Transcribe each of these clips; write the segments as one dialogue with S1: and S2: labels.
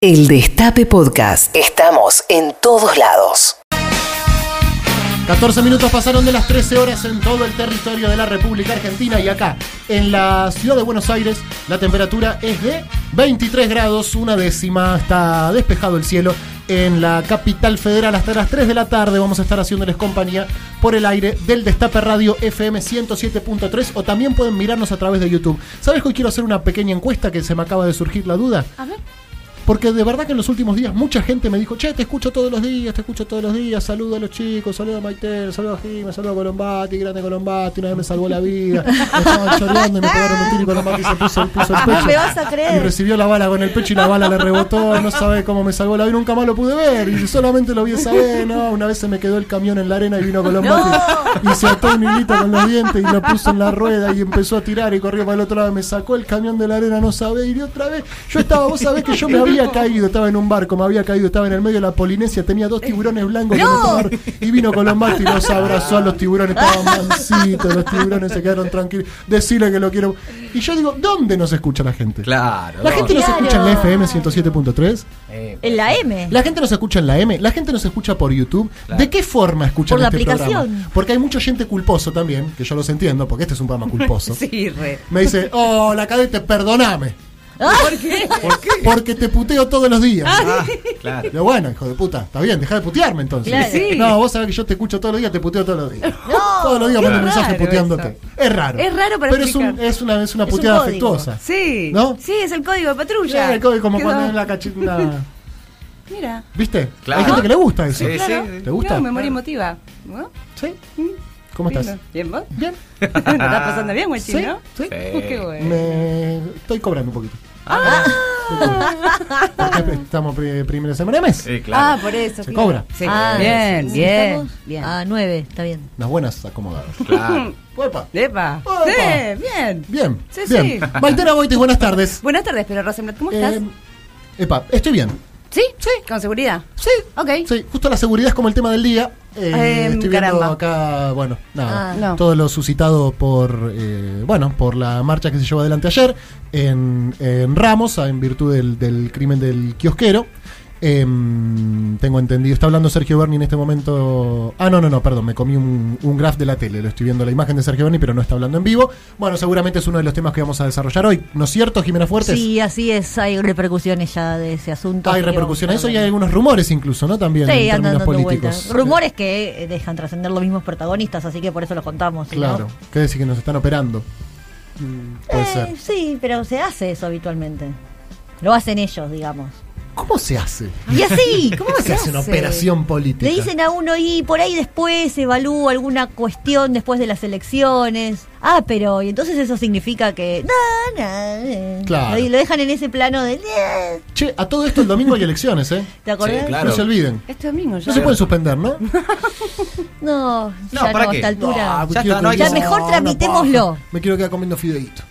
S1: El Destape Podcast. Estamos en todos lados.
S2: 14 minutos pasaron de las 13 horas en todo el territorio de la República Argentina y acá, en la ciudad de Buenos Aires, la temperatura es de 23 grados, una décima, está despejado el cielo. En la capital federal hasta las 3 de la tarde vamos a estar haciéndoles compañía por el aire del Destape Radio FM 107.3 o también pueden mirarnos a través de YouTube. ¿Sabes que hoy quiero hacer una pequeña encuesta que se me acaba de surgir la duda?
S3: A ver.
S2: Porque de verdad que en los últimos días mucha gente me dijo, che, te escucho todos los días, te escucho todos los días, saludo a los chicos, saludo a Maite, saludo a Jimmy, saludo a Colombati, grande Colombati, una vez me salvó la vida, me estaban llorando y me pegaron un tiro y Colombati se puso, puso el pecho.
S3: No Ah, me vas a
S2: Y
S3: creer.
S2: recibió la bala con el pecho y la bala le rebotó, no sabe cómo me salvó la vida, nunca más lo pude ver, y solamente lo vi esa vez, no, una vez se me quedó el camión en la arena y vino Colombati y se ató un hilito con los dientes y lo puso en la rueda y empezó a tirar y corrió para el otro lado, me sacó el camión de la arena, no sabe, y otra vez, yo estaba, vos sabés que yo me había caído, estaba en un barco, me había caído, estaba en el medio de la Polinesia, tenía dos tiburones blancos que me tomaron, y vino Colombati y los abrazó a los tiburones, estaban mansitos, los tiburones se quedaron tranquilos, decirle que lo quiero. Y yo digo, ¿dónde nos escucha la gente?
S4: Claro.
S2: La gente nos
S3: Claro.
S2: escucha en la FM 107.3.
S3: En la M.
S2: La gente nos escucha en la M, la gente nos escucha por YouTube. ¿De qué forma escuchan
S3: Por la
S2: este
S3: aplicación.
S2: programa? Porque hay mucha gente culposo también, que yo los entiendo, porque este es un programa culposo. Me dice, oh, la cadete, perdoname,
S3: Ah. ¿Por qué?
S4: ¿Por qué?
S2: porque te puteo todos los días.
S4: Ah, claro.
S2: Pero bueno, hijo de puta, está bien, deja de putearme entonces.
S3: Claro. Sí.
S2: No, vos sabés que yo te escucho todos los días, te puteo todos los días.
S3: No,
S2: todos los días
S4: qué
S2: mando un mensaje
S5: raro
S2: puteándote. Es raro.
S5: Es raro para
S2: Pero es, un-
S5: explicar.
S2: es una, es una
S3: Es un
S2: puteada
S3: código.
S2: afectuosa.
S5: Sí.
S2: ¿No?
S3: Sí, es el código de patrulla.
S2: Eh, como
S5: Quedó-
S2: cuando en la cachita.
S5: Mira.
S2: ¿Viste?
S4: Claro.
S2: Hay gente que le gusta eso.
S4: Sí, sí,
S5: Claro.
S4: sí.
S2: ¿Te gusta?
S5: No, memoria emotiva. ¿No?
S2: ¿Sí? ¿Cómo estás?
S5: ¿Bien vos?
S2: Bien.
S5: ¿Lo estás pasando bien, güey,
S2: Sí,
S5: ¿no?
S2: sí.
S5: Qué bueno. Ah,
S2: Me estoy cobrando un poquito. Porque Estamos pri- primera semana de mes.
S4: Sí,
S3: Ah,
S4: claro.
S3: por eso.
S2: Se
S3: claro.
S2: cobra.
S3: Ah,
S5: Bien,
S3: sí,
S5: bien,
S3: estamos
S5: bien.
S2: Ah.
S6: Ah,
S3: A nueve, está bien.
S2: Unas buenas acomodadas.
S4: claro.
S2: Uepa.
S5: Epa.
S2: Opa.
S5: Sí, bien.
S2: Bien.
S5: Sí,
S2: bien.
S5: sí.
S2: Maitena Boitis, buenas tardes.
S5: Buenas tardes, pero Rosenblatt, ¿cómo estás?
S2: Eh, epa, estoy bien.
S5: ¿Sí? Sí. ¿Con seguridad?
S2: Sí.
S5: Ok.
S2: Sí, justo la seguridad es como el tema del día. Eh,
S5: Eh,
S6: Em,
S2: estoy viendo
S5: caramba.
S2: acá, bueno, nada.
S3: Ah.
S5: No.
S2: Todo lo suscitado por, eh, bueno, por la marcha que se llevó adelante ayer en, en Ramos, ah, en virtud del, del crimen del kiosquero. Em, tengo entendido, está hablando Sergio Berni en este momento. Ah, no, no, no, perdón, me comí un, un graph de la tele. Lo estoy viendo la imagen de Sergio Berni, pero no está hablando en vivo. Bueno, seguramente es uno de los temas que vamos a desarrollar hoy, ¿no es cierto, Jimena Fuertes?
S6: Sí, así es. Hay repercusiones ya de ese asunto.
S2: Hay
S6: así que
S2: repercusiones,
S6: vamos
S2: eso
S6: a
S2: y hay
S6: hablar.
S2: algunos rumores incluso, ¿no? También
S6: Sí,
S2: en términos
S6: andan dando
S2: políticos.
S6: vueltas. Rumores que eh, dejan trascender los mismos protagonistas, así que por eso los contamos. ¿sí, no?
S2: Claro, qué decir que nos están operando. Mm, Puede
S6: Eh,
S2: ser.
S6: Sí, pero se hace eso habitualmente. Lo hacen ellos, digamos.
S2: ¿Cómo se hace?
S6: Y así, ¿cómo
S2: ¿Cómo se, hace una operación política?
S6: Le dicen a uno y por ahí después se evalúa alguna cuestión después de las elecciones. Ah, pero y entonces eso significa que no, no, eh.
S2: Claro.
S6: Lo, lo dejan en ese plano de eh,
S2: Che, a todo esto el domingo hay elecciones, ¿eh?
S6: ¿te acordás?
S4: Sí, claro.
S2: No se olviden.
S5: Este domingo ya.
S2: No se pueden suspender, ¿no?
S6: No,
S4: No,
S6: ya no
S4: ¿para
S6: a
S4: qué?
S6: esta altura.
S2: Ah, me
S4: Ya
S2: quiero
S4: está, no hay
S2: quedar-
S4: que- Ya
S6: mejor
S2: no,
S6: tramitémoslo.
S2: paja. Me quiero quedar comiendo fideíto.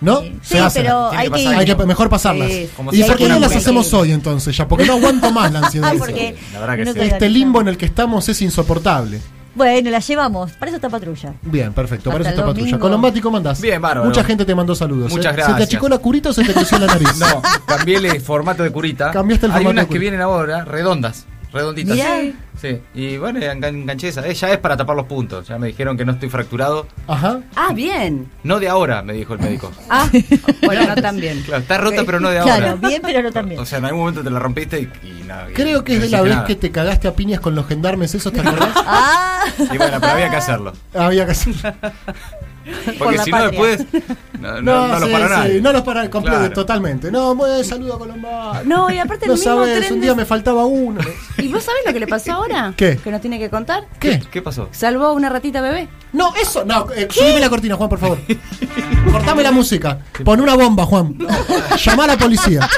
S2: ¿No?
S6: Sí,
S2: Se hace.
S6: pero
S4: Tiene
S6: hay
S4: que
S6: que,
S4: pasar
S6: ir.
S2: Hay que mejor pasarlas.
S6: Sí.
S4: Como
S2: ¿Y
S4: si
S2: por
S4: fuera
S2: qué no
S4: una
S2: las
S4: mujer.
S2: hacemos hoy entonces ya? Porque no aguanto más la ansiedad.
S6: Ah,
S2: esa.
S6: porque
S4: la verdad que
S6: uno
S4: sí.
S6: queda
S2: Este limbo en el que estamos es insoportable.
S6: Bueno, la llevamos. Para eso está patrulla.
S2: Bien, perfecto. Para eso
S6: Hasta
S2: está
S6: el
S2: patrulla.
S6: domingo.
S2: Colombati, ¿cómo andás?
S4: Bien, bárbaro.
S2: Mucha gente te mandó saludos. ¿eh?
S4: Muchas
S2: ¿Se te
S4: gracias.
S2: achicó la curita o se te creció la nariz?
S4: No, cambié el formato de curita.
S2: Cambiaste el
S4: Hay
S2: formato de
S4: unas
S2: curita.
S4: que vienen ahora redondas, redonditas.
S6: Mirá.
S4: Sí. Y bueno, engan- enganché esa. Eh, ya es para tapar los puntos. Ya me dijeron que no estoy fracturado.
S2: Ajá.
S5: Ah, bien.
S4: No de ahora, me dijo el médico.
S5: Ah, bueno, no tan bien.
S4: Claro, está rota, pero no de ahora.
S6: Claro, bien, pero no también.
S4: O sea, en algún momento te la rompiste y, y nada. y
S2: Creo que es
S4: no
S2: de la
S4: hiciste
S2: vez
S4: nada.
S2: que te cagaste a piñas con los gendarmes, ¿eso te acordás?
S6: Ah,
S4: Y bueno, pero había que hacerlo.
S2: Había que hacer.
S6: Por
S4: Porque
S6: la
S4: si no,
S6: patria.
S4: después. No, no, no lo
S2: sí,
S4: paró
S2: sí,
S4: nadie.
S2: No los paró completo,
S4: Claro.
S2: totalmente. No, bueno, saludo a Colombá.
S5: No, y aparte el
S2: No
S5: mismo
S2: sabes,
S5: tren
S2: un
S5: de-
S2: día me faltaba uno.
S5: ¿Y vos sabés lo que le pasó ahora?
S2: ¿Qué?
S5: ¿Que nos tiene que contar?
S2: ¿Qué?
S4: ¿Qué pasó?
S5: Salvó a una ratita bebé.
S2: No, eso, no, eh, subime la cortina, Juan, por favor. Cortame la música. Pon una bomba, Juan. Llamá a la policía.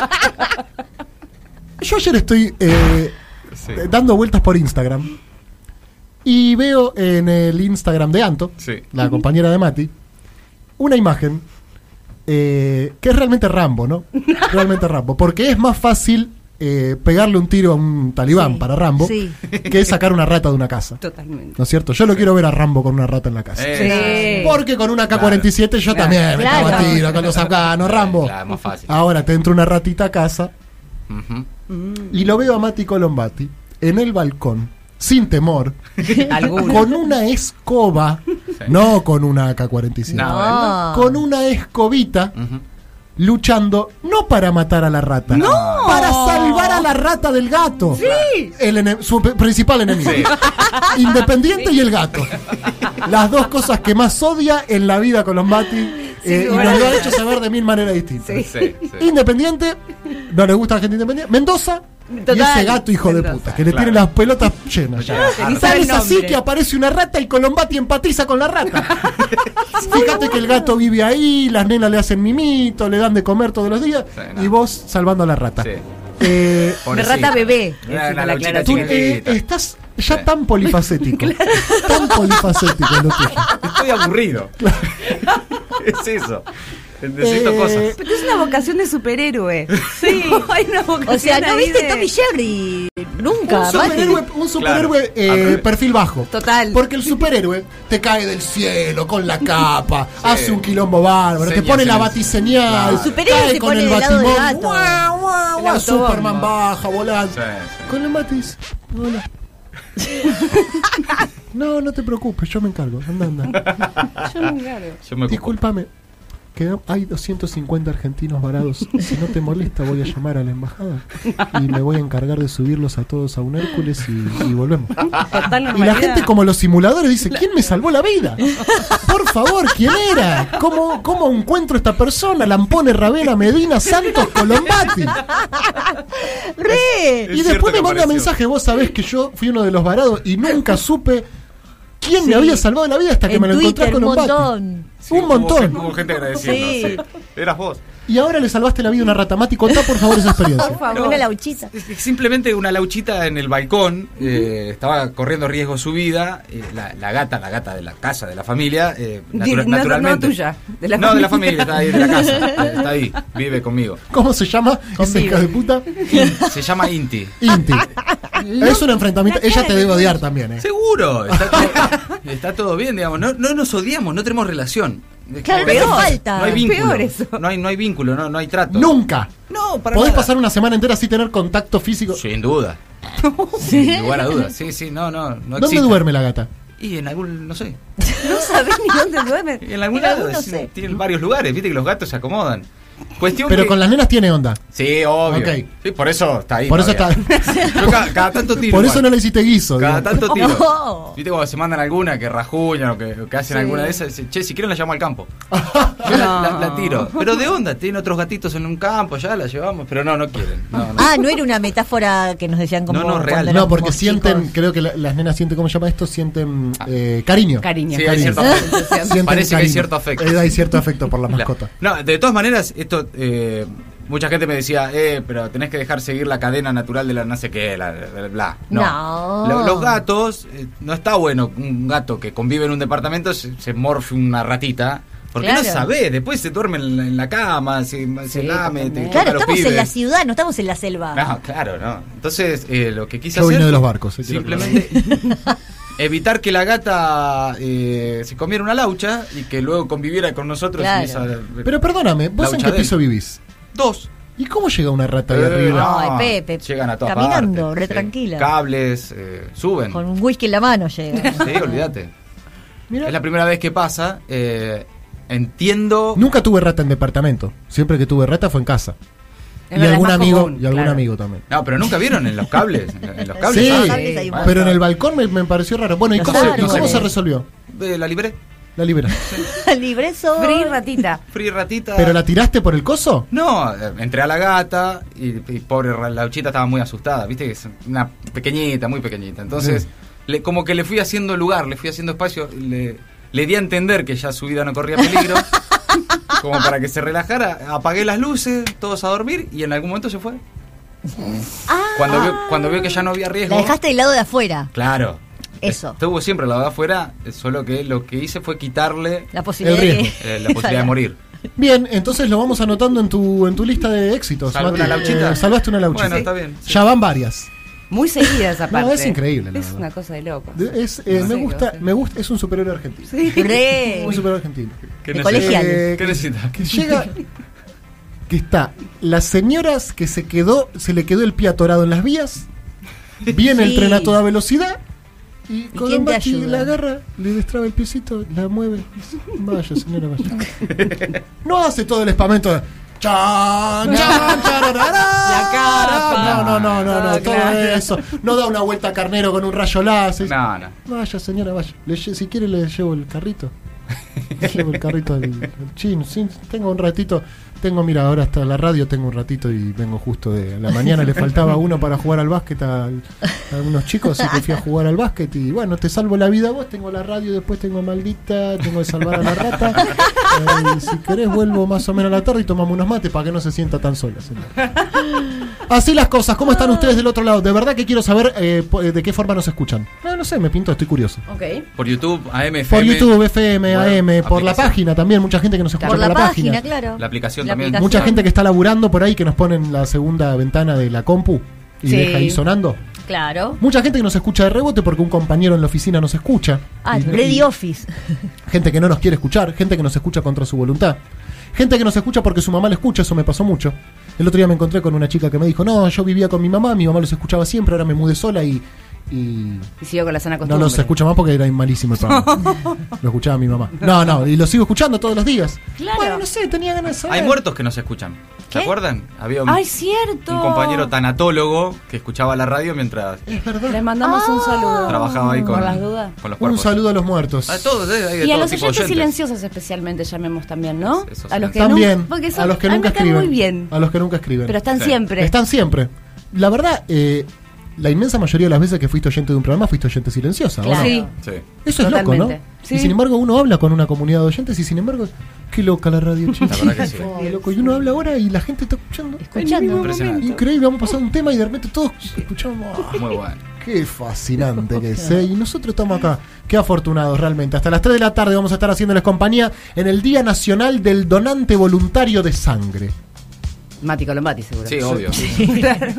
S2: Yo ayer estoy eh,
S4: Sí.
S2: eh, dando vueltas por Instagram. Y veo en el Instagram de Anto,
S4: Sí.
S2: la compañera de Mati, una imagen eh, que es realmente Rambo, ¿no? Realmente Rambo. Porque es más fácil eh, pegarle un tiro a un talibán
S6: Sí,
S2: para Rambo
S6: sí.
S2: que sacar una rata de una casa.
S5: Totalmente.
S2: ¿No es cierto? Yo lo quiero ver a Rambo con una rata en la casa.
S4: Eh,
S2: Porque con una K-47 yo
S5: Claro.
S2: también me
S6: Claro.
S2: estaba a tiro con los afganos, Rambo.
S4: Claro, más fácil.
S2: Ahora te entra una ratita a casa
S4: Ujú.
S2: Y lo veo a Mati Colombati en el balcón, sin temor,
S7: Alguno.
S2: con una escoba, no con una AK-47,
S4: No,
S2: con una escobita,
S4: Ujú.
S2: luchando no para matar a la rata, para salvar a la rata del gato. El ene- su pe- principal enemigo.
S4: Sí.
S2: Independiente y el gato. Las dos cosas que más odia en la vida Colombati eh, y nos lo ha hecho saber de mil maneras distintas.
S4: Sí, sí.
S2: Independiente, no le gusta la gente independiente. Mendoza y
S5: Total.
S2: ese gato hijo de
S5: Mendoza,
S2: puta, que le
S4: claro.
S2: tiene las pelotas llenas.
S4: Ya,
S5: Ni
S4: harta.
S5: sabe
S2: Tal
S5: el
S2: es así
S5: nombre.
S2: que aparece una rata y Colombati empatiza con la rata. Fíjate que el gato vive ahí, las nenas le hacen mimito, le dan de comer todos los días,
S4: Sí, no.
S2: y vos salvando a la rata.
S4: Sí.
S2: Eh,
S6: De
S4: Pobrecita.
S6: rata bebé.
S4: Una- una
S7: la
S4: lochita
S7: aclaración.
S2: tú, eh,
S4: chiquitita.
S2: estás ya
S4: Sí.
S2: tan polifacético. Tan polifacético lo tuyo.
S4: Estoy aburrido. es eso. Necesito
S2: Eh,
S4: cosas.
S5: Pero es una vocación de superhéroe. Sí. Hay una vocación
S6: O sea, ¿no
S5: ahí
S6: viste
S5: de-
S6: Tommy Jerry? Nunca.
S2: Un
S6: Mati.
S2: superhéroe, un superhéroe,
S4: Claro.
S2: eh,
S4: Al revés.
S2: perfil bajo.
S5: Total.
S2: Porque el superhéroe te cae del cielo con la capa, hace un quilombo bárbaro, te
S4: Señas,
S2: pone la
S4: señas.
S2: batiseñal,
S4: Claro. El
S6: superhéroe
S2: cae
S6: se
S2: con
S6: pone
S2: el
S6: del lado del
S2: batimón,
S6: gato.
S2: guau, guau,
S5: El
S2: guau,
S5: autobombo.
S2: Superman baja volando.
S4: Sí, sí.
S2: Con el matiz. Hola. no, no te preocupes, yo me encargo. Anda, anda.
S4: Yo me ocupo.
S2: Discúlpame. Que hay 250 argentinos varados. Si no te molesta, voy a llamar a la embajada y me voy a encargar de subirlos a todos a un Hércules y- y volvemos.
S5: Total
S2: Y la
S5: normalidad.
S2: gente como los simuladores dice, ¿quién me salvó la vida? Por favor, ¿quién era? ¿Cómo, cómo encuentro esta persona? Lampone, Ravena, Medina, Santos, Colombati.
S6: ¡Re!
S4: Es
S2: Y
S4: cierto
S2: después me
S4: que
S2: manda
S4: apareció.
S2: mensaje, vos sabés que yo fui uno de los varados y nunca supe quién me había salvado la vida hasta que
S6: En
S2: me lo encontré
S6: Twitter,
S2: con
S6: un
S2: Colombati.
S6: montón.
S4: Sí,
S2: un
S4: hubo
S2: montón.
S4: gente- Hubo gente agradeciendo.
S6: Sí.
S4: sí. Eras vos.
S2: Y ahora le salvaste la vida a una rata. Mati, contá por favor esa experiencia.
S6: Favor, una lauchita.
S4: Es que Simplemente una lauchita en el balcón, eh, estaba corriendo riesgo su vida, eh, la, la gata, la gata de la casa, de la familia, eh,
S5: Di-
S4: natura-
S5: no- no
S4: naturalmente.
S5: tuya, de la
S4: No, de la familia,
S5: familia.
S4: está ahí, de la casa, eh, está ahí, vive conmigo.
S2: ¿Cómo se llama? Ese hijo de puta.
S4: Se llama Inti.
S2: Inti. Es un enfrentamiento. Ella te debe odiar también, ¿eh?
S4: Seguro, está todo, está todo bien, digamos, no, no nos odiamos, no tenemos relación. Es
S6: Claro,
S4: como-
S6: no hace falta.
S4: No hay vínculo,
S5: Peor eso.
S4: No, hay, no hay vínculo, no, no hay trato.
S2: Nunca.
S4: No, para
S2: Podés
S4: nada.
S2: pasar una semana entera sin tener contacto físico.
S4: Sin duda. Sin lugar a dudas, sí, sí, no, no, no
S2: ¿Dónde
S4: existe.
S2: duerme la gata?
S4: Y en algún, no sé,
S5: No sabés ni dónde duerme.
S4: En algún
S6: En
S4: lado,
S6: alguno
S4: es-
S6: sé.
S4: tienen varios lugares, viste que los gatos se acomodan. Cuestión
S2: Pero
S4: que-
S2: con las nenas tiene onda.
S4: Sí, obvio.
S2: Ok.
S4: Sí, por eso está ahí.
S2: Por eso
S4: todavía.
S2: está-
S4: Yo cada, cada tanto tiro.
S2: Por eso no
S4: igual.
S2: le hiciste guiso.
S4: Cada
S2: digamos.
S4: tanto tiro.
S6: No.
S4: Viste cuando se mandan alguna que rajuñan o que, o que hacen alguna de esas, dicen, che, si quieren la llamo al campo. Yo la, la- la tiro. Pero de onda, tienen otros gatitos en un campo, ya la llevamos, pero no, no quieren. No, no.
S6: Ah, no era una metáfora que nos decían como.
S4: No, no, real.
S6: cuando
S2: No,
S6: éramos
S2: porque sienten,
S6: chicos.
S2: creo que la- las nenas sienten, ¿cómo se llama esto? Sienten eh, cariño.
S5: Cariño.
S4: Ah. Sí, hay cierto afecto.
S2: Sienten
S4: Parece que hay cierto afecto.
S2: Eh, hay cierto afecto por la
S4: La-
S2: mascota.
S4: No, de todas maneras, esto. eh, mucha gente me decía, eh, pero tenés que dejar seguir la cadena natural de la no sé qué, la, la- bla. No.
S6: No.
S4: Lo- los gatos, eh, no está bueno que un gato que convive en un departamento se, se morfe una ratita. Porque no
S6: Claro.
S4: sabés, después se duerme en la, en la cama, se, se lame, te toca
S6: Claro,
S4: los
S6: estamos en la
S4: pibes. Ah,
S6: ciudad, no estamos en la selva.
S4: No, claro, no. Entonces, eh, lo que quise
S2: Yo
S4: hacer.
S2: vine de los barcos, eh, quiero
S4: simplemente evitar que la gata eh, se comiera una laucha y que luego conviviera con nosotros.
S6: Claro.
S4: en esa-
S2: Pero perdóname, ¿vos en qué
S4: Lauchadel.
S2: piso vivís?
S4: Dos.
S2: ¿Y cómo llega una rata ahí
S4: Eh,
S2: arriba?
S6: no. Ay, Pepe,
S4: Llegan a todas
S6: caminando,
S4: partes,
S6: re tranquila.
S4: Cables, eh, suben.
S6: Con un whisky en la mano llega.
S4: Sí, olvídate.
S2: Mirá.
S4: Es la primera vez que pasa. eh, entiendo.
S2: Nunca tuve rata en departamento. Siempre que tuve rata fue en casa.
S5: Es
S2: y
S5: verdad,
S2: algún
S5: es más
S2: amigo,
S5: común,
S2: y algún
S5: claro.
S2: amigo también.
S4: No, pero nunca vieron en los cables. En los cables.
S2: Sí,
S4: ah,
S6: cables hay un
S4: bueno,
S2: pero en el balcón me, me pareció raro. Bueno, ¿y
S6: Los
S2: cómo, y
S6: árboles.
S2: cómo se resolvió?
S4: eh, la libré.
S2: La libera.
S6: Libreso.
S5: Free ratita.
S4: Free ratita.
S2: ¿Pero la tiraste por el coso?
S4: No, eh, entré a la gata y, y pobre ra- la Uchita estaba muy asustada, viste que es una pequeñita, muy pequeñita. Entonces,
S2: Sí.
S4: le- como que le fui haciendo lugar, le fui haciendo espacio, le, le di a entender que ya su vida no corría peligro, como para que se relajara. Apagué las luces, todos a dormir y en algún momento se fue. Cuando, vio, cuando vio que ya no había riesgo.
S6: Ah, La dejaste del lado de afuera.
S4: Claro.
S6: Eso.
S4: Estuvo siempre la de afuera, solo que lo que hice fue quitarle
S6: La posibilidad
S2: El
S6: de
S2: riesgo.
S4: eh, la posibilidad de morir.
S2: Bien, entonces lo vamos anotando en tu, en tu lista de éxitos.
S4: Salvé
S2: Mati.
S4: una lauchita.
S2: Eh, salvaste una lauchita.
S4: Bueno, está bien, sí.
S2: Ya van varias.
S5: Muy seguida esa parte.
S2: es increíble, la
S5: Es
S2: verdad.
S5: una cosa de loco.
S2: De- es, eh,
S5: No
S2: me
S5: sé,
S2: gusta,
S5: no sé.
S2: me gusta, es un superhéroe argentino.
S5: Sí.
S6: Re.
S2: Un superhéroe argentino.
S4: Eh,
S2: Eh,
S4: ¿Qué
S6: De
S4: necesita?
S6: colegial.
S4: ¿Qué necesita?
S2: Que llega que está las señoras que se quedó, se le quedó el pie atorado en las vías, viene el
S6: Sí.
S2: tren a toda velocidad y con
S6: quién
S2: un
S6: te
S2: bachi
S6: ayuda?
S2: la agarra, le destraba el piecito, la mueve. Vaya, señora, vaya. No hace todo el espamento de chan, chan, chararara. No,
S5: capa.
S2: no, no, no, no,
S5: Ah,
S2: todo
S5: claro.
S2: eso. No da una vuelta a carnero con un rayo láser.
S4: No, no.
S2: Vaya, señora, vaya. Le lle- si quiere le llevo el carrito. Le llevo el carrito al, al chino. Sí, tengo un ratito. Tengo, mira, ahora hasta la radio tengo un ratito y vengo justo de la mañana. Le faltaba uno para jugar al básquet a, a unos chicos, así que fui a jugar al básquet. Y bueno, te salvo la vida vos, tengo la radio, después tengo maldita, tengo que salvar a la rata. Eh, y si querés vuelvo más o menos a la tarde y tomamos unos mates para que no se sienta tan sola, señora. Así las cosas, ¿cómo están ustedes del otro lado? De verdad que quiero saber eh, po- eh, de qué forma nos escuchan. No, no sé, me pinto, estoy curioso.
S5: Ok.
S4: Por YouTube, AMFM.
S2: Por YouTube, FM,
S4: Bueno,
S2: AM, por la
S4: aplicación.
S2: página también, mucha gente que nos escucha
S6: Por la, página,
S2: página.
S6: claro.
S4: La aplicación
S6: La
S4: también.
S6: aplicación.
S2: Mucha gente que está laburando por ahí que nos ponen la segunda ventana de la compu y
S5: Sí.
S2: deja ahí sonando.
S6: Claro.
S2: Mucha gente que nos escucha de rebote porque un compañero en la oficina nos escucha.
S6: Ah,
S2: Y- y-
S6: Radio Office.
S2: Gente que no nos quiere escuchar, gente que nos escucha contra su voluntad. Gente que nos escucha porque su mamá la escucha, eso me pasó mucho. El otro día me encontré con una chica que me dijo, no, yo vivía con mi mamá, mi mamá los escuchaba siempre, ahora me mudé sola y... y
S5: Y sigo con la sana
S2: no
S5: costumbre.
S2: los escucho más porque era malísimo el programa. lo escuchaba mi mamá. No, no, y lo sigo escuchando todos los días.
S5: Claro.
S2: Bueno, no sé, tenía ganas de saber.
S4: Hay muertos que no se escuchan. ¿Se acuerdan? Había un,
S5: ¡Ay, cierto!
S4: un compañero tanatólogo que escuchaba la radio mientras
S2: Es verdad.
S5: Les mandamos un saludo.
S4: trabajaba ahí con,
S5: Ah. Por las dudas.
S4: con los
S2: Un
S4: cuerpos.
S2: saludo a los muertos.
S4: A todos, eh, hay de
S5: Y a
S4: todo
S5: los
S4: tipo de
S5: oyentes
S4: oyentes.
S5: silenciosos especialmente llamemos también, ¿no?
S4: Eso sí.
S5: a los que
S2: También,
S5: nun- porque son-
S2: a los que
S5: mí
S2: nunca
S5: me caen
S2: escriben.
S5: muy bien,
S2: A los que nunca escriben.
S5: pero están
S4: Sí.
S5: siempre.
S2: Están siempre. La verdad, eh, la inmensa mayoría de las veces que fuiste oyente de un programa, fuiste oyente silenciosa. ¿o no?
S6: Claro.
S5: Sí.
S4: Sí.
S2: Eso es loco, ¿no?
S5: Totalmente. Sí.
S2: Y sin embargo, uno habla con una comunidad de oyentes y sin embargo, qué loca la radio, che.
S4: La verdad que sí.
S2: Ay, loco, y uno habla ahora y la gente está escuchando.
S6: Escuchando.
S4: Impresionante.
S2: Increíble, vamos a pasar un tema y de repente todos escuchamos.
S4: Muy bueno.
S2: Qué fascinante que es. ¿eh? Y nosotros estamos acá. Qué afortunados realmente. Hasta las 3 de la tarde vamos a estar haciéndoles compañía en el Día Nacional del Donante Voluntario de Sangre.
S5: Mati Colombati, seguro.
S4: Sí, obvio. Sí,
S5: claro.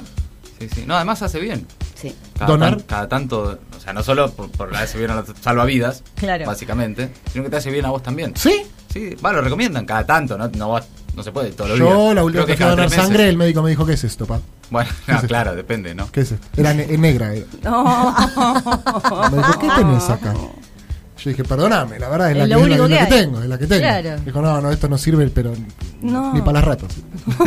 S4: sí. No, además hace bien.
S5: Sí.
S4: Cada
S2: Donar.
S4: tan- cada tanto, o sea, no solo por, por la hace bien a las salvavidas,
S6: Claro.
S4: básicamente, sino que te hace bien a vos también.
S2: ¿Sí?
S4: Sí, va, lo recomiendan cada tanto, no, no, va- no se puede todos los días.
S2: Yo la última vez
S4: Creo
S2: que fui a
S4: cada
S2: donar
S4: tres meses.
S2: sangre, el médico me dijo, ¿qué es esto, pa?
S4: Bueno,
S2: ¿Qué es
S4: no,
S2: esto?
S4: claro, depende, ¿no?
S2: ¿Qué es esto? Era ne- negra. Era.
S5: No.
S2: Me dijo, ¿qué tenés acá? Yo dije, perdóname, la verdad es la,
S6: Es
S2: que,
S6: lo
S2: es la-
S6: único
S2: es la
S6: que
S2: que
S6: hay.
S2: tengo, es la que tengo.
S6: Claro.
S2: Dijo, no, no, esto no sirve, pero
S5: No.
S2: ni para las ratas.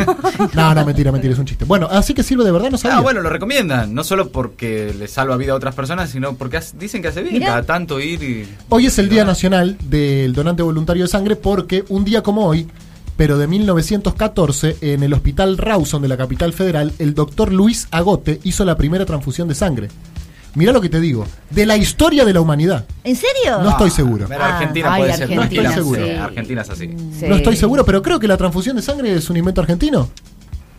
S2: no, no, mentira, mentira, es un chiste. Bueno, así que sirve de verdad, no sabía.
S4: Ah, bueno, lo recomiendan, no solo porque le salva vida a otras personas, sino porque hace- dicen que hace bien
S6: Mirá.
S4: cada tanto ir y...
S2: Hoy es el Día
S4: Donar.
S2: Nacional del Donante Voluntario de Sangre porque un día como hoy, pero de 1914, en el Hospital Rawson de la capital federal, el doctor Luis Agote hizo la primera transfusión de sangre. Mirá lo que te digo, de la historia de la humanidad.
S6: ¿En serio?
S2: No estoy
S4: Ah,
S2: seguro.
S4: pero Argentina
S5: Ah,
S4: puede
S5: ay,
S4: ser,
S5: Argentina, Mm.
S4: tranquila.
S2: No estoy
S4: sí,
S5: seguro.
S4: Argentina es así.
S6: Este,
S5: Sí.
S2: No estoy seguro, pero creo que la transfusión de sangre es un invento argentino.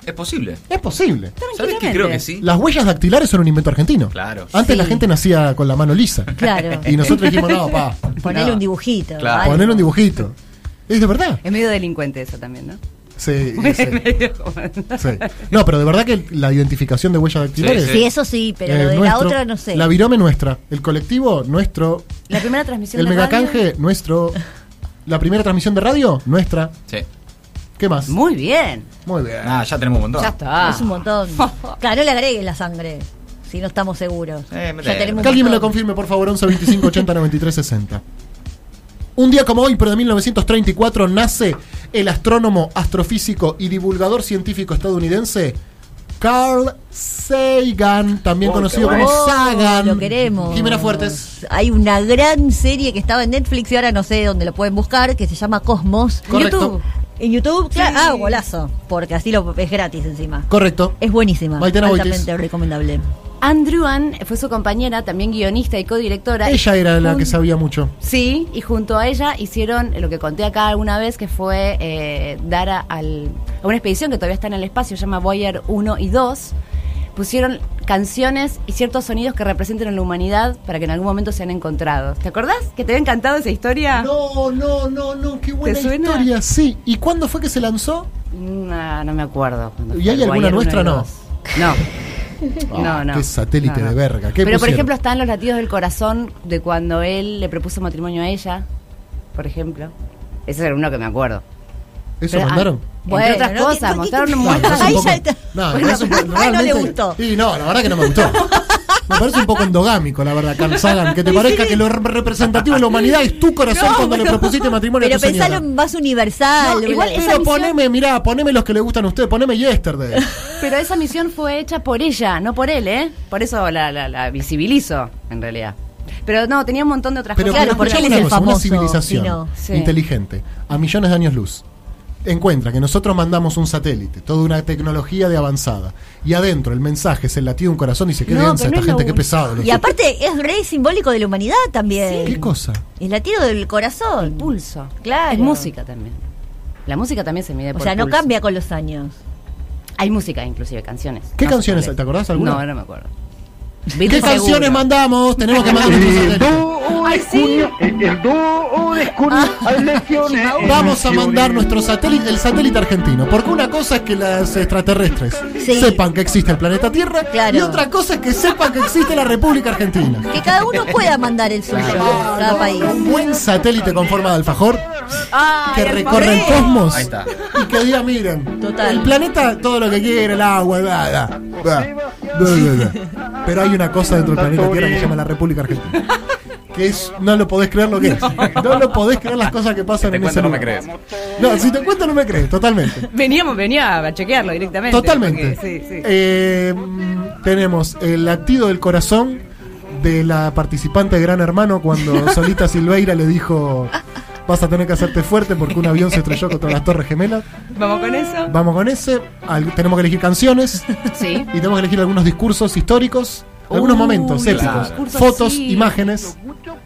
S4: Es posible.
S2: Es posible.
S4: ¿Sabes qué? Creo que sí.
S2: Las huellas dactilares son un invento argentino.
S4: Claro.
S2: Antes
S6: Sí.
S2: la gente nacía con la mano lisa.
S6: Claro.
S2: Y nosotros dijimos, no, pa,
S6: Ponerle
S4: No.
S6: un dibujito.
S4: Claro.
S6: algo.
S2: poner un dibujito. Es de verdad.
S5: Es medio delincuente eso también, ¿no?
S2: Sí, sí.
S5: Medio como-
S2: Sí. No, pero de verdad que la identificación de huellas dactilares.
S4: Sí,
S6: Sí, eso sí, pero
S2: eh,
S6: lo de la
S2: nuestro.
S6: otra no sé.
S2: La virome nuestra. El colectivo nuestro.
S5: La primera transmisión
S2: El
S5: de radio-
S2: megacanje nuestro. La primera transmisión de radio nuestra.
S4: Sí.
S2: ¿Qué más?
S5: Muy bien.
S2: Muy bien.
S4: Nada, ya tenemos un montón.
S5: Ya está.
S6: Es un montón. Claro, no le agregues la sangre. Si no estamos seguros.
S4: Eh, me
S6: ya
S4: le-
S6: tenemos
S2: Que alguien me lo
S6: montón.
S2: confirme, por favor. 11 25 80 93 60. Un día como hoy, pero de 1934, nace el astrónomo, astrofísico y divulgador científico estadounidense Carl Sagan, también conocido como
S6: Oh,
S2: Sagan.
S6: Lo queremos.
S2: Jimena Fuertes.
S6: Hay una gran serie que estaba en Netflix y ahora no sé dónde lo pueden buscar, que se llama Cosmos.
S2: Correcto.
S6: YouTube. En YouTube, claro. Ah, golazo. Porque así lo es gratis encima.
S2: Correcto.
S6: Es buenísima.
S2: Maitena Boitis.
S6: altamente recomendable.
S5: Andrew Ann fue su compañera, también guionista y codirectora.
S2: Ella era la que
S5: Jun-
S2: sabía mucho.
S5: Sí, y junto a ella hicieron lo que conté acá alguna vez, que fue eh, dar a, al- a una expedición que todavía está en el espacio, se llama Voyager 1 y 2. Pusieron canciones y ciertos sonidos que representen a la humanidad para que en algún momento sean encontrados. ¿Te acordás? ¿Que te había encantado esa historia?
S2: No, no, no, no, qué buena
S5: suena?
S2: historia. Sí, ¿y cuándo fue que se lanzó?
S5: No, no me acuerdo. cuando
S2: ¿Y
S5: fue
S2: hay
S5: el
S2: alguna
S5: Voyager
S2: nuestra?
S5: 1 y
S2: No.
S5: 2. No.
S2: Ah,
S5: No, no.
S2: qué satélite de verga. ¿Qué
S5: Pero por
S2: pusieron?
S5: ejemplo están los latidos del corazón de cuando él le propuso matrimonio a ella, por ejemplo. Ese era uno que me acuerdo.
S2: ¿Eso
S5: Pero, ah,
S2: mandaron?
S5: Entre otras
S6: Bueno, ¿no? ¿Qué-
S5: cosas,
S6: qué-
S5: mostraron
S6: qué-
S2: No, me
S5: muestras.
S2: parece un
S6: Ahí
S2: poco-
S6: ya está.
S2: no, me parece un poco-
S6: Ay, no le
S2: realmente-
S6: gustó.
S2: Y no, la verdad que no me gustó. Me parece un poco endogámico, la verdad, Carl Sagan. Que te parezca que lo re- representativo de la humanidad es tu corazón
S6: No,
S2: cuando le
S6: pero-
S2: propusiste matrimonio
S6: Pero
S2: a tu señora.
S6: pensalo más universal.
S5: No, igual
S6: ¿verdad?
S5: esa
S2: Pero
S5: misión-
S2: poneme, mirá, poneme los que le gustan a ustedes, poneme Yesterday.
S5: Pero esa misión fue hecha por ella, no por él, ¿eh? Por eso la, la, la visibilizo, en realidad. Pero no, tenía un montón de otras
S2: Pero
S5: cosas.
S2: pero
S6: porque
S2: escuchame
S6: él es
S2: una
S6: el
S2: cosa,
S6: famoso,
S2: una civilización
S6: Pino.
S5: Sí.
S2: inteligente, a millones de años luz, encuentra que nosotros mandamos un satélite, toda una tecnología de avanzada, y adentro el mensaje es el latido de un corazón y se queda
S5: No,
S2: densa
S5: pero
S2: esta
S5: no es
S2: gente,
S5: lo
S2: qué
S5: único.
S2: pesado. los-
S6: Y aparte es re simbólico de la humanidad también.
S2: ¿Qué cosa?
S6: El latido del
S5: El
S6: corazón.
S5: pulso.
S6: Claro.
S5: Es música también. La música también se mide
S6: O
S5: por
S6: sea, no
S5: pulso.
S6: cambia con los años.
S5: Hay música, inclusive, canciones.
S2: ¿Qué
S5: No sé
S2: canciones?
S5: cuál es.
S2: ¿Te acordás alguna?
S5: No, no me acuerdo.
S2: ¿Qué
S5: Beatles
S2: canciones
S5: seguro.
S2: mandamos? Tenemos que mandar nuestro
S7: El
S2: satélite.
S7: 2 de junio, el el 2 de junio, hay elecciones.
S2: Ah. Vamos a mandar
S7: elecciones.
S2: nuestro satélite, el satélite argentino. Porque una cosa es que las extraterrestres
S6: Sí.
S2: sepan que existe el planeta Tierra
S6: Claro.
S2: y otra cosa es que sepan que existe la República Argentina.
S6: Que cada uno pueda mandar el suyo, cada país.
S2: Un buen satélite con forma de alfajor que recorre el
S6: alfajor.
S2: cosmos
S4: Ahí está.
S2: y que diga, miren,
S6: Total.
S2: el planeta todo lo que quiere, el agua, bla, bla, bla, bla, bla, bla. pero hay una cosa dentro del planeta Tierra que se llama la República Argentina. Que es, no lo podés creer lo que es. No lo podés creer las cosas que pasan
S4: Te
S2: en
S4: cuento,
S2: ese
S4: no me
S2: lugar.
S4: crees.
S2: No, si te cuento no me crees, totalmente.
S8: Veníamos, venía a chequearlo directamente.
S2: Totalmente.
S8: porque- sí, sí.
S2: Eh, mm, tenemos el latido del corazón de la participante de Gran Hermano cuando Solita Silveira le dijo vas a tener que hacerte fuerte porque un avión se estrelló contra las Torres Gemelas.
S8: Vamos con eso.
S2: Vamos con ese. Al- tenemos que elegir canciones
S5: Sí.
S2: y tenemos que elegir algunos discursos históricos, algunos
S5: Uy,
S2: momentos
S5: los
S2: épicos,
S5: discursos,
S2: fotos,
S5: sí.
S2: imágenes.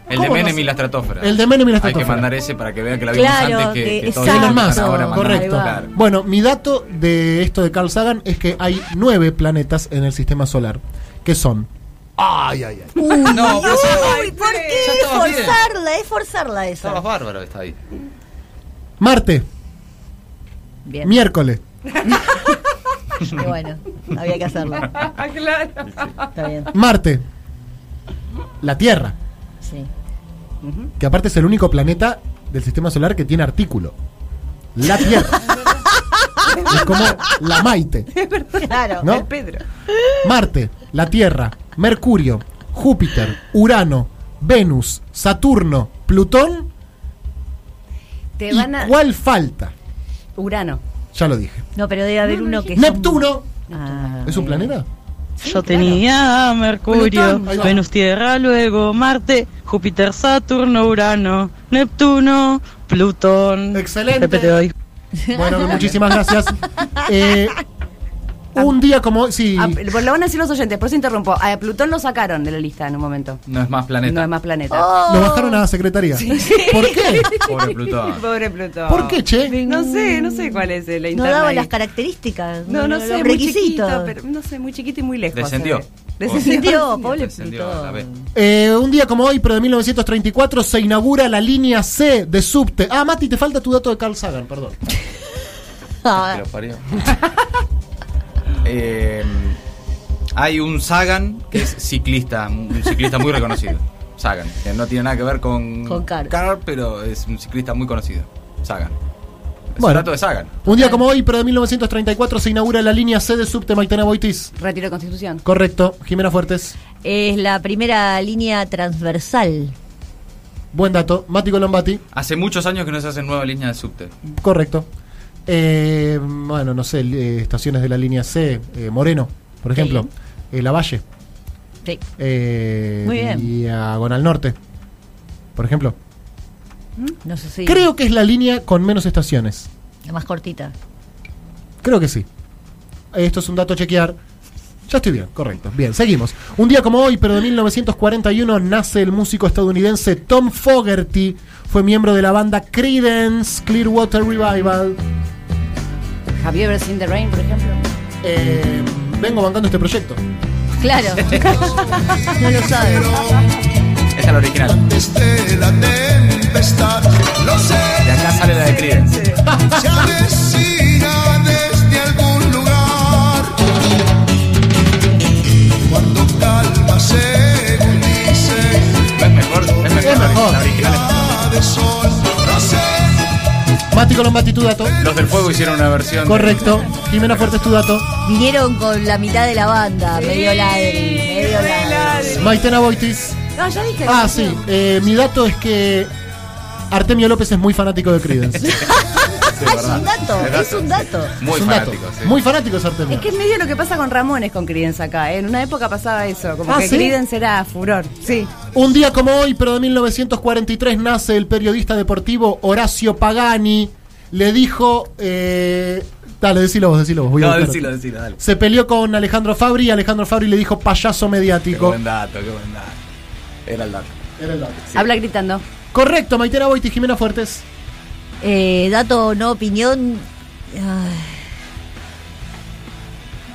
S4: El de
S2: ¿Cómo
S4: Menem
S2: no?
S4: y la estratosfera.
S2: El de Menem y la
S4: Hay que
S2: estratosfera.
S4: mandar ese para que vean que la vimos
S6: Claro,
S4: antes
S6: que-
S4: que, todos
S6: exacto.
S4: los
S2: Elon
S4: que
S2: Musk,
S4: están ahora mandando.
S2: correcto.
S4: Claro.
S2: Bueno, mi dato de esto de Carl Sagan es que hay nueve planetas en el sistema solar, que son. Ay, ay, ay.
S4: No, pero sí,
S6: Uy, ¿por qué
S4: Ya estabas bien.
S6: forzarla? Es forzarla
S4: estabas
S6: eso.
S4: bárbaro, está ahí.
S2: Marte,
S5: Bien.
S2: miércoles,
S6: Y bueno, había que hacerlo.
S8: Ah, claro.
S6: Está bien,
S2: Marte, la Tierra,
S6: sí.
S2: que aparte es el único planeta del sistema solar que tiene artículo. La Tierra. es como la Maite.
S6: Claro.
S2: ¿no?
S8: El Pedro.
S2: Marte, la Tierra, Mercurio, Júpiter, Urano, Venus, Saturno, Plutón.
S5: Te
S2: ¿Y
S5: van a.
S2: cuál falta?
S5: Urano.
S2: Ya lo dije.
S6: No, pero debe haber uno que...
S2: Neptuno.
S5: Ah,
S2: ¿Es un planeta?
S9: Yo tenía Mercurio,
S2: Plutón, ahí va.
S9: Venus Tierra, luego Marte, Júpiter, Saturno, Urano, Neptuno, Plutón.
S2: Excelente.
S9: Repete hoy.
S2: Bueno, muchísimas gracias. Eh, un día como hoy, sí,
S5: Ah, por- lo van a decir los oyentes, por eso interrumpo. A Plutón lo sacaron de la lista en un momento.
S4: No es más
S5: No
S4: planeta.
S5: es más planeta.
S2: lo bajaron a la secretaría. ¿Por qué?
S4: Pobre Plutón.
S8: Pobre Plutón.
S2: ¿Por qué, che?
S8: No sé, no sé cuál es eh, la
S6: No
S8: interna.
S6: daba
S8: ahí.
S6: las características,
S8: No, no
S6: los
S8: sé, muy
S6: requisitos.
S8: chiquito, pero no sé, muy chiquito y muy lejos.
S4: Descendió.
S8: se ve. Descendió.
S6: Descendió, pobre
S4: Descendió a la B.
S6: Plutón.
S2: Eh, un día como hoy, pero de 1934, se inaugura la línea C de subte. Ah, Mati, te falta tu dato de Carl Sagan, perdón.
S6: Ah,
S4: Que lo parió. Eh, hay un Sagan que es ciclista, un ciclista muy reconocido. Sagan, que no tiene nada que ver con,
S6: Con Carl.
S4: pero es un ciclista muy conocido. Sagan. Es
S2: Bueno.
S4: un dato de Sagan.
S2: Un día como hoy, pero de 1934, se inaugura la línea C de subte Maitena Boitis.
S5: Retiro de Constitución.
S2: Correcto, Jimena Fuertes.
S6: Es la primera línea transversal.
S2: Buen dato. Mati Colombati.
S4: Hace muchos años que no se hacen nuevas líneas de subte.
S2: Correcto. Eh, bueno, no sé, eh, estaciones de la línea C, eh, Moreno, por ejemplo, eh, La Valle.
S6: Sí.
S2: eh,
S6: Muy bien.
S2: Diagonal Norte, por ejemplo.
S6: No sé si...
S2: Creo que es la línea con menos estaciones.
S6: La más cortita.
S2: Creo que sí. Esto es un dato a chequear. Ya estoy bien, correcto. Bien, seguimos. Un día como hoy, pero de 1941, nace el músico estadounidense Tom Fogerty. Fue miembro de la banda Creedence Clearwater Revival.
S5: Have you ever seen the rain, por ejemplo?
S2: Eh, vengo bancando este proyecto.
S6: Claro. no lo sabes.
S4: Esta es la original.
S10: Desde la tempestad, lo sé,
S4: De acá sale la de Creedence.
S10: se avecina desde algún lugar. Cuando calma, según dicen,
S4: Es mejor, es mejor.
S2: Es mejor.
S4: La original
S10: la de sol, lo sé,
S2: Mati Mati Colombati, tu dato.
S4: Los del fuego hicieron una versión.
S2: Correcto. Jimena Fuertes, tu dato.
S6: Vinieron con la mitad de la banda, medio ladri, medio ladri.
S2: Maitena Boitis.
S6: No, ya dije.
S2: Ah, sí. eh, mi dato es que Artemio López es muy fanático de Creedence.
S6: Ah, es un dato,
S4: Es dato.
S6: es un dato.
S4: Muy
S2: Es un dato.
S4: fanático, sí.
S2: Muy fanático es Artemio.
S8: Es que es medio lo que pasa con Ramones con Creedence acá. ¿eh? En una época pasaba eso, como
S2: Ah,
S8: que
S2: ¿sí?
S8: Creedence era furor. Sí.
S2: Un día como hoy, pero de 1943, nace el periodista deportivo Horacio Pagani. Le dijo. eh, Dale, decilo vos, decilo vos. voy a
S4: No,
S2: buscar.
S4: decilo, decilo, dale.
S2: Se peleó con Alejandro Fabri y Alejandro Fabri le dijo payaso
S4: Qué
S2: mediático.
S4: buen dato, qué buen dato. Era el dato.
S2: Era el dato.
S5: Habla gritando.
S2: Correcto, Maitena Boiti, Jimena Fuertes.
S6: Eh, dato, no opinión. Ay.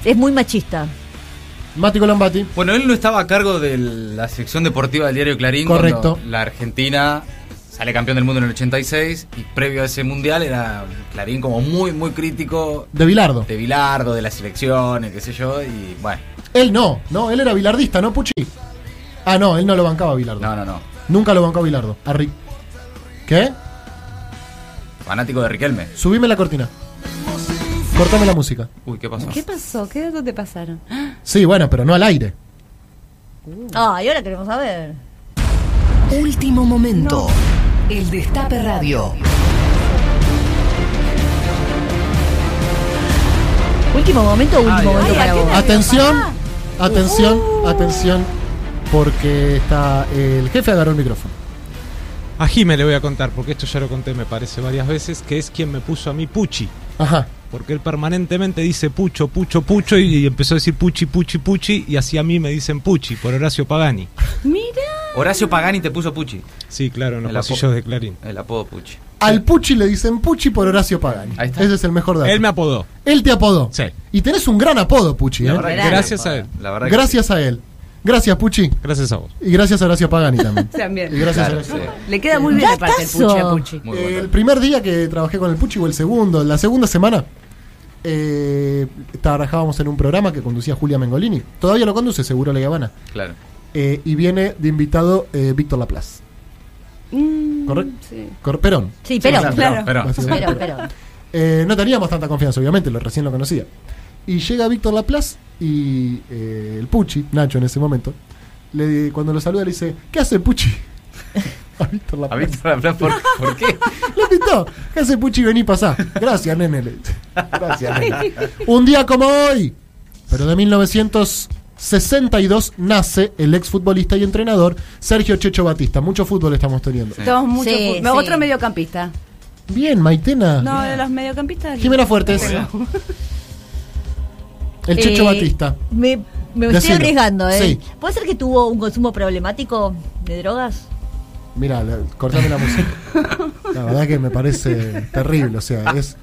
S6: Es muy machista.
S2: Mati Colombati.
S4: Bueno, él no estaba a cargo de la sección deportiva del diario Clarín.
S2: Correcto.
S4: cuando La Argentina sale campeón del mundo en el 86 y previo a ese mundial era Clarín como muy, muy crítico
S2: De Bilardo.
S4: de Bilardo, de las selecciones, qué sé yo, y bueno,
S2: Él no, no, él era bilardista, ¿no, Puchi? Ah, no, él no lo bancaba a Bilardo.
S4: no, no, no.
S2: Nunca lo bancó a Bilardo. A Ri- ¿Qué?
S4: Fanático de Riquelme.
S2: Subime la cortina. Cortame la música.
S4: Uy, ¿qué pasó?
S8: ¿Qué pasó? ¿Qué datos te pasaron?
S2: Sí, bueno, pero no al aire.
S6: Ah, y ahora queremos saber.
S1: Último momento. El Destape Radio.
S6: Último momento, último momento
S8: ay,
S6: para
S8: ¿a qué
S6: vos.
S2: Atención, atención, atención, porque está el jefe agarró el micrófono.
S11: A Jime le voy a contar, porque esto ya lo conté, me parece, varias veces, que es quien me puso a mí Puchi.
S2: Ajá.
S11: Porque él permanentemente dice Pucho, Pucho, Pucho, y, y empezó a decir Puchi, Puchi, Puchi, y así a mí me dicen Puchi, por Horacio Pagani.
S4: Horacio Pagani te puso Pucci.
S11: Sí, claro, en los
S4: El apo-
S11: pasillos de Clarín.
S4: El apodo Pucci.
S2: Al Puchi le dicen Puchi por Horacio Pagani.
S4: Ahí está.
S2: Ese es el mejor dato.
S11: Él
S2: Él,
S11: me apodó.
S2: te apodó.
S11: Sí.
S2: Y tenés un gran apodo, Puchi. ¿eh?
S11: La verdad que
S4: Gran
S11: gracias
S4: apodo.
S11: a él.
S4: La verdad que
S2: Gracias a él. Gracias, Puchi.
S11: Gracias a vos.
S2: Y gracias a Horacio Pagani también.
S8: También.
S2: Y gracias
S4: Claro,
S2: a Horacio.
S4: sí.
S8: Le queda muy bien la parte del
S6: Datazo.
S8: puchi a puchi.
S4: Muy
S2: Eh,
S4: buen
S2: el
S4: dato.
S2: primer día que trabajé con el Puchi o el segundo, la segunda semana, eh, trabajábamos en un programa que conducía Julia Mengolini. Todavía lo conduce, seguro La Habana.
S4: Claro.
S2: Eh, y viene de invitado eh, Víctor Laplace.
S8: Mm,
S2: Correcto.
S8: sí.
S2: Cor- Perón.
S6: Sí, pero,
S4: Claro, pero.
S2: Así se llama
S6: pero,
S2: Perón.
S6: pero.
S2: Eh, no teníamos tanta confianza, obviamente, lo, recién lo conocía. Y llega Víctor Laplace y eh, el Puchi, Nacho en ese momento, le, cuando lo saluda le dice, ¿qué hace el Puchi? A Víctor
S4: ¿A
S2: Laplace.
S4: Víctor Laplace por, por qué?
S2: Lo invitó. ¿Qué hace Puchi? Vení, pasá. Gracias, nene. le dice. Gracias, nene. Un día como hoy, pero de 1962, nace el exfutbolista y entrenador Sergio Checho Batista. Mucho fútbol estamos teniendo.
S8: Todos mucho
S6: Sí,
S8: fu-
S6: sí.
S8: Otro mediocampista.
S2: Bien, Maitena.
S8: No, de los mediocampistas.
S2: Jimena Fuertes. El Checho
S6: Eh,
S2: Batista.
S6: Me, me estoy
S2: Decilo.
S6: arriesgando, ¿eh?
S2: Sí.
S6: ¿Puede ser que tuvo un consumo problemático de drogas?
S2: Mira, cortame la música. La verdad que me parece terrible, o sea, es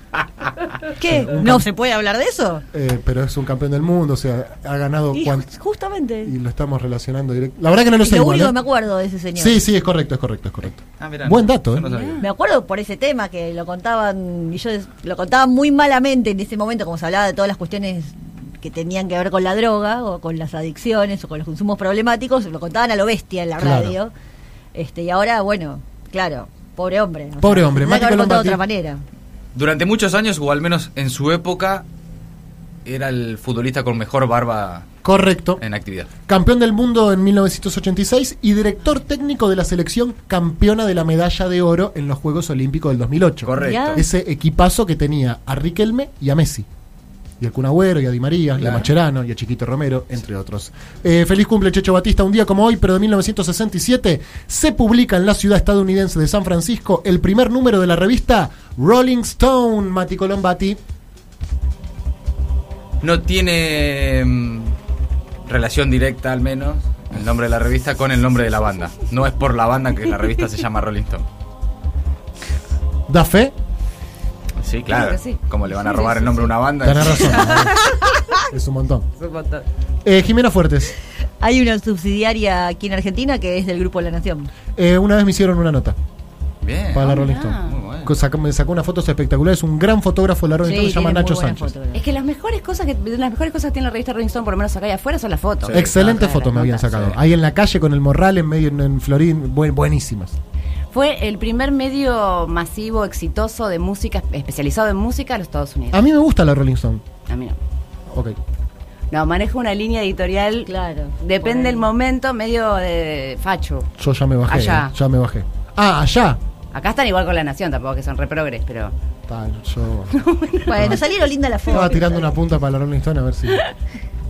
S6: ¿Qué? ¿No se puede hablar de eso?
S2: eh, pero es un campeón del mundo, o sea, ha ganado
S6: Y
S2: cuan-
S6: justamente.
S2: y lo estamos relacionando directo. La verdad que no lo
S6: Y
S2: sé
S6: lo
S2: igual,
S6: único
S2: ¿eh?
S6: que me acuerdo de ese señor.
S2: Sí, sí, es correcto, es correcto, es correcto.
S4: Ah, mirá,
S2: Buen dato,
S4: yo
S2: ¿eh?
S4: no sabía.
S6: Me acuerdo por ese tema que lo contaban, y yo des- lo contaban muy malamente en ese momento, como se hablaba de todas las cuestiones que tenían que ver con la droga o con las adicciones o con los consumos problemáticos, lo contaban a lo bestia en la
S2: Claro.
S6: radio. Este, y ahora, bueno, claro, pobre hombre. o
S2: Pobre hombre,
S6: tendría que
S2: Mati
S6: haber contado
S2: Colombati.
S6: de otra manera.
S4: Durante muchos años, o al menos en su época, era el futbolista con mejor barba
S2: Correcto.
S4: en actividad.
S2: Campeón del mundo en 1986 y director técnico de la selección campeona de la medalla de oro en los Juegos Olímpicos del 2008.
S4: Correcto.
S2: Ese equipazo que tenía a Riquelme y a Messi. Y al Kun Agüero, y a Di María, y a
S4: Claro.
S2: Macherano, y a Chiquito Romero, entre otros. Eh, feliz cumple, Checho Batista. Un día como hoy, pero de 1967, se publica en la ciudad estadounidense de San Francisco el primer número de la revista Rolling Stone, Mati Colombati.
S4: No tiene mm, relación directa, al menos, el nombre de la revista con el nombre de la banda. No es por la banda que la revista se llama Rolling Stone.
S2: ¿Da fe?
S4: Sí,
S8: Claro
S4: claro.
S8: que sí.
S4: Como le van a robar el nombre a una banda.
S2: Tenés razón. es un montón. Eh, Jimena Fuertes,
S6: Hay una subsidiaria aquí en Argentina que es del Grupo de la Nación.
S2: eh, una vez me hicieron una nota
S4: Bien.
S2: para la
S4: Ah,
S2: Rolling
S4: mirá.
S2: Stone.
S4: Muy bueno.
S2: Co- sacó- me sacó unas fotos espectaculares. Un gran fotógrafo de la Rolling Stone se llama
S6: tiene muy
S2: Nacho
S6: buenas
S2: Sánchez.
S6: fotos.
S8: Es que las mejores cosas que de las mejores cosas que tiene la revista Rolling Stone, por lo menos acá y afuera, son las fotos.
S4: Sí.
S2: Excelentes
S4: claro,
S2: fotos me habían
S4: notas,
S2: sacado.
S4: sí.
S2: Ahí en la calle con el morral en medio en, en Florín, buen- buenísimas.
S5: Fue el primer medio masivo, exitoso de música, especializado en música de los Estados Unidos.
S2: A mí me gusta la Rolling Stone.
S5: A mí no.
S2: Ok.
S5: No, manejo una línea editorial.
S6: Claro.
S5: Depende del momento, medio de facho.
S2: Yo ya me bajé.
S5: Allá.
S2: eh, Ya me bajé. Ah, allá.
S5: Acá están igual con la nación, tampoco que son reprogres, pero.
S2: Tal, yo.
S6: Bueno, salieron linda la foto.
S2: Estaba tirando una punta para la Rolling Stone a ver si.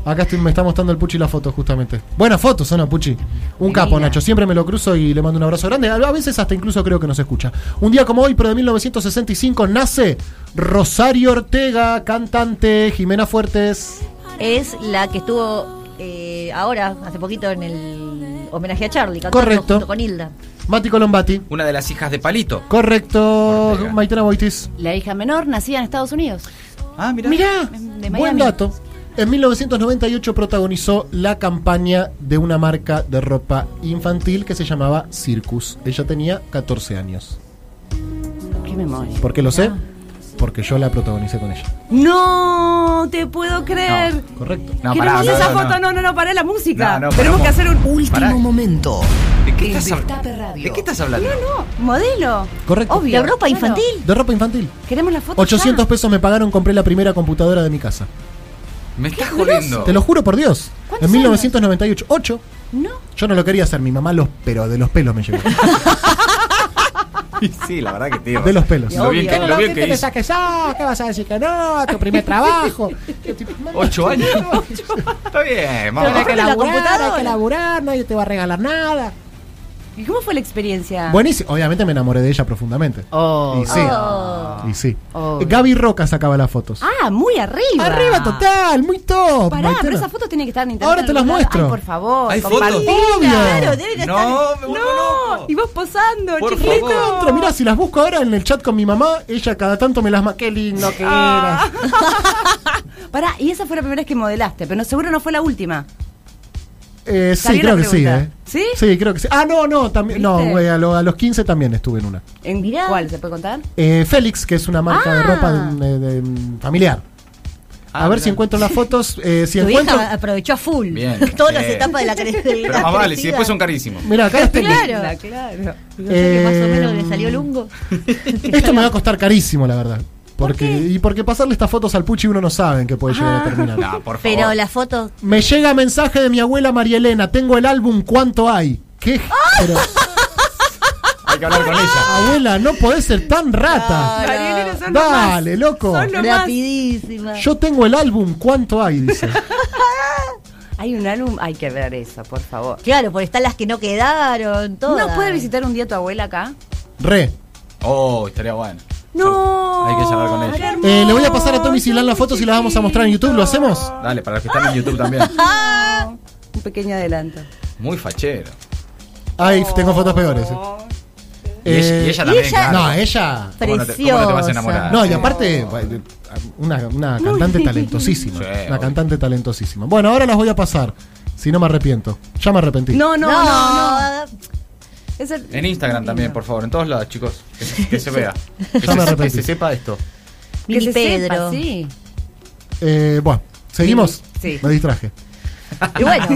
S2: Acá estoy- me está mostrando el Puchi la foto, justamente. Buenas fotos, ¿o no, Puchi? Un capo, Nacho. Siempre me lo cruzo y le mando un abrazo grande. A a veces hasta incluso creo que nos escucha. Un día como hoy, pero de 1965, nace Rosario Ortega, cantante, Jimena Fuertes.
S6: Es la que estuvo eh, ahora, hace poquito, en el homenaje a Charlie. cantando
S2: Correcto.
S6: junto con Hilda.
S2: Mati Colombati.
S4: Una de las hijas de Palito.
S2: Correcto. Maitena Boitis.
S5: La hija menor nacida en Estados Unidos.
S4: Ah, mira.
S2: Mirá,
S5: de
S2: buen
S5: Miami.
S2: dato. En 1998 protagonizó la campaña de una marca de ropa infantil que se llamaba Circus. Ella tenía 14 años.
S5: Qué memoria.
S2: ¿Por qué lo sé? Porque yo la protagonicé con ella.
S5: ¡No! ¡Te puedo creer!
S2: Correcto.
S4: No,
S5: Queremos
S4: pará, no,
S5: esa
S4: no,
S5: foto, no, no, no, pará la música.
S4: No, no,
S5: Tenemos
S4: pará,
S5: que hacer un
S1: Último
S4: Pará.
S1: momento.
S4: ¿De qué,
S1: El
S4: estás, hab-
S1: Destape Radio.
S4: ¿De qué estás hablando?
S5: No, no, modelo.
S2: Correcto.
S5: Obvio.
S6: La ropa
S5: claro.
S6: infantil.
S2: De ropa infantil.
S5: Queremos la foto.
S2: 800 pesos me pagaron, compré la primera computadora de mi casa.
S4: Me estás jodiendo.
S2: Te lo juro por Dios.
S5: ¿Cuántos
S2: En 1998, 8.
S5: No.
S2: Yo no lo quería hacer, mi mamá los pero de los pelos me llevó.
S4: Sí, la verdad que tío.
S2: De los pelos.
S4: Lo bien que, lo bien que hizo.
S2: saques ah, ¿Qué vas a decir que no? Tu primer trabajo.
S4: Ocho años. Está bien, mamá.
S6: que laburar, hay que
S2: laburar, nadie te va a regalar nada.
S5: ¿Y cómo fue la experiencia?
S2: Buenísimo. Obviamente me enamoré de ella profundamente.
S5: Ah. Oh.
S2: Y sí. Y sí.
S5: Oh.
S2: Gaby Roca sacaba las fotos.
S5: Ah, muy arriba.
S2: Arriba total, muy top.
S5: Pará, pero
S2: Maitena.
S5: esas fotos tienen que estar en internet.
S2: Ahora
S5: en
S2: te
S5: algún
S2: las
S5: lado.
S2: muestro.
S5: Ay, por favor.
S4: ¿Hay
S5: compartí.
S4: fotos?
S2: Obvio.
S6: Claro, deben estar.
S4: No, me vuelvo
S5: No.
S4: loco.
S5: Y vos posando,
S4: Por
S5: chiquito.
S4: favor.
S2: Otra, mirá, si las busco ahora en el chat con mi mamá, ella cada tanto me las ma. Qué lindo que
S5: Ah.
S2: era.
S5: Pará, y esa fue la primera vez que modelaste, pero no- seguro no fue la última.
S2: Eh, sí,
S5: Salió
S2: creo
S5: la
S2: que sí,
S5: pregunta.
S2: ¿eh?
S5: ¿Sí?
S2: Sí, creo que sí. Ah, no, no, también. No,
S5: ¿Viste?
S2: güey, a, lo- a los 15 también estuve en una.
S5: ¿En
S6: Mirá.
S5: cuál? ¿Se puede contar?
S2: Eh, Félix, que es una marca de
S5: Ah.
S2: ropa de- de- de- familiar. A
S4: Ah,
S2: ver
S4: mirá.
S2: si encuentro las fotos. eh, si
S6: Tu
S2: encuentro.
S6: hija aprovechó a full.
S4: Bien,
S6: Todas
S4: bien.
S6: las etapas de la cre- de la
S4: Pero más vale, si
S6: crecida.
S4: después son carísimos.
S2: Mirá, acá las tengo.
S6: Claro.
S5: claro.
S6: No sé que más o
S2: Eh,
S6: menos le salió lungo.
S2: Esto me va a costar carísimo, la verdad. Porque, y porque pasarle estas fotos al Puchi uno no sabe en qué puede llegar
S6: Ah.
S2: a terminar.
S4: No, por favor.
S6: Pero las fotos.
S2: Me llega mensaje de mi abuela María Elena. Tengo el álbum ¿Cuánto hay? ¿Qué?
S6: Ah.
S2: Pero,
S4: Hay que hablar con ella.
S2: abuela, no podés ser tan rata.
S5: Marielena son lo más.
S2: Dale, loco.
S5: Son lo más.
S6: Rapidísima.
S2: Yo tengo el álbum ¿Cuánto hay? Dice.
S5: Hay un álbum, hay que ver eso, por favor.
S6: Claro, por estar las que no quedaron, todas.
S5: ¿No puede visitar un día tu abuela acá?
S2: Re.
S4: Oh, estaría bueno.
S5: No.
S4: Hay que charlar con ella.
S5: Qué
S2: Eh, le voy a pasar a Tommy Silán las fotos y las vamos a mostrar en YouTube. ¿Lo hacemos?
S4: Dale, para los que están en YouTube también.
S5: Un pequeño adelanto.
S4: Muy fachero.
S2: Ay, tengo fotos peores. eh.
S4: Y, ella,
S2: Eh,
S4: y ella también, claro.
S2: No, ella.
S4: ¿Cómo no te- cómo no te vas a enamorar?
S2: No, y aparte, bueno, una, una cantante talentosísima.
S4: Sí,
S2: una
S4: obvio.
S2: cantante talentosísima. Bueno, ahora las voy a pasar. Si no me arrepiento. Ya me arrepentí.
S5: No, no, no. no. Es el-
S4: En Instagram también, por favor. En todos lados, chicos. Que se, que se vea. Que
S2: Ya me
S4: se,
S2: arrepentí.
S4: que se sepa esto.
S5: Que
S6: Mili
S5: se
S6: Pedro.
S5: sepa, sí.
S2: Eh, bueno, ¿seguimos?
S5: Sí.
S2: Me distraje.
S6: Y bueno,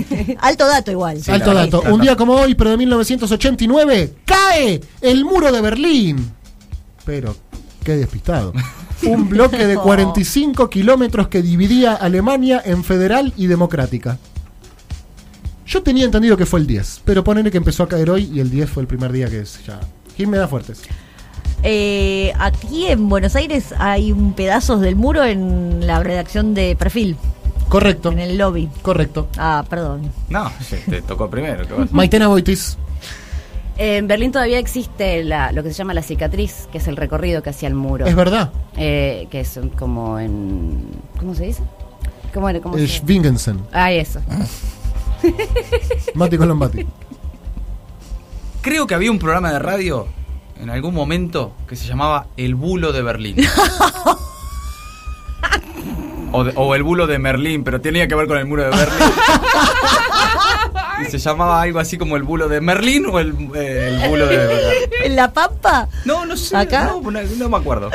S6: alto dato igual.
S4: Sí,
S2: Alto
S4: la
S2: dato.
S4: verdad.
S2: Un día como hoy, pero de 1989, cae el muro de Berlín. Pero, qué despistado. Un bloque de 45 kilómetros que dividía Alemania en federal y democrática. Yo tenía entendido que fue el 10, pero ponele que empezó a caer hoy y el 10 fue el primer día que es ya. Jimena Fuertes.
S6: Eh, aquí en Buenos Aires hay un pedazo del muro en la redacción de perfil,
S2: Correcto.
S6: en el lobby.
S2: Correcto.
S6: Ah, perdón.
S4: No, se- te tocó primero. ¿qué vas a hacer?
S2: Maitena Boitis.
S5: En Berlín todavía existe la- lo que se llama la cicatriz, que es el recorrido que hacía el muro.
S2: Es verdad.
S5: Eh, que es un- como en. ¿Cómo se dice? ¿Cómo era? ¿Cómo se
S2: Schwingensen.
S5: Ah, eso.
S2: Mati Colombati.
S4: Creo que había un programa de radio en algún momento que se llamaba El Bulo de Berlín. O, de- o el bulo de Merlín, pero tenía que ver con el muro de Berlín. Y se llamaba algo así como el bulo de Merlín o el, eh, el bulo de Berlín.
S6: ¿En La Pampa?
S4: No, no sé.
S6: ¿Acá?
S4: No, no, no me acuerdo.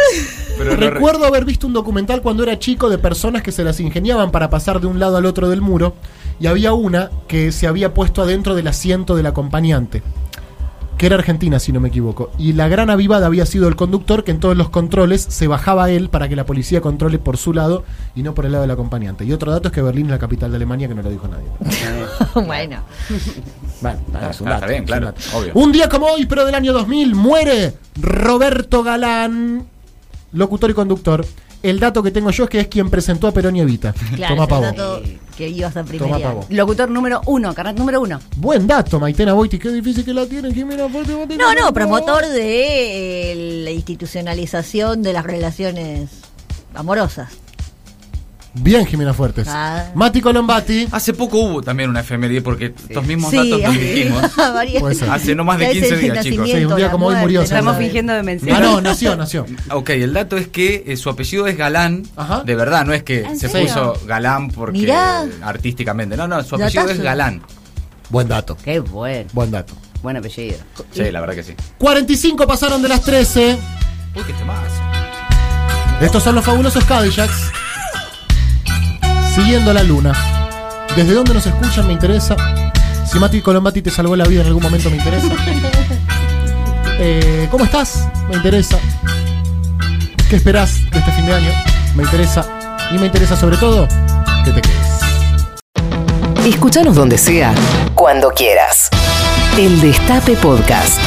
S4: Pero no re-
S2: Recuerdo haber visto un documental cuando era chico de personas que se las ingeniaban para pasar de un lado al otro del muro y había una que se había puesto adentro del asiento del acompañante. que era argentina, si no me equivoco. Y la gran avivada había sido el conductor que en todos los controles se bajaba él para que la policía controle por su lado y no por el lado del acompañante. Y otro dato es que Berlín es la capital de Alemania, que no lo dijo nadie.
S6: bueno.
S2: Bueno, nada, es un
S4: Ah,
S2: dato,
S4: está bien,
S2: es un
S4: claro,
S2: dato.
S4: obvio.
S2: Un día como hoy, pero del año 2000, muere Roberto Galán, locutor y conductor. El dato que tengo yo es que es quien presentó a Perón y Evita.
S5: Claro,
S2: Toma
S5: ese
S2: pavo.
S5: dato
S6: que ibas a
S2: Toma pavo.
S5: Locutor número uno, carnet número uno.
S2: Buen dato, Maitena Boiti. Qué difícil que la tienen, Jimena. fuerte, fuerte,
S6: No, no,
S2: fuerte.
S6: promotor de eh, la institucionalización de las relaciones amorosas.
S2: Bien, Jimena Fuertes.
S6: Ah.
S2: Mati Colombati.
S4: Hace poco hubo también una efeméride porque estos mismos
S6: Sí,
S4: datos nos
S6: hace-
S4: dijimos.
S6: varias-
S4: Puede ser. Hace no más de
S6: Ya es
S4: 15
S6: el
S4: días, chicos.
S6: nacimiento,
S4: Sí, un
S2: día
S6: la
S2: como hoy murió,
S6: muerte,
S2: Sandra.
S6: la-
S5: Estamos fingiendo de
S2: Ah, no, nació, nació.
S4: Ok, el dato es que eh, su apellido es Galán, de verdad, no es que
S6: ¿En
S4: se
S6: serio?
S4: puso Galán porque
S6: Mirá.
S4: artísticamente, no, no, su apellido
S6: Datazo.
S4: es Galán.
S2: Buen dato.
S5: Qué bueno.
S2: Buen dato.
S5: Buen apellido.
S4: Sí, la verdad que sí.
S2: 45 pasaron de las 13.
S4: Uy, qué más.
S2: Estos son los fabulosos Cadillacs. Siguiendo la luna. ¿Desde dónde nos escuchan? Me interesa. Si Mati Colombati te salvó la vida en algún momento, me interesa. Eh, ¿Cómo estás? Me interesa. ¿Qué esperás de este fin de año? Me interesa. Y me interesa sobre todo que te quedes.
S1: Escúchanos donde sea, cuando quieras. El Destape Podcast.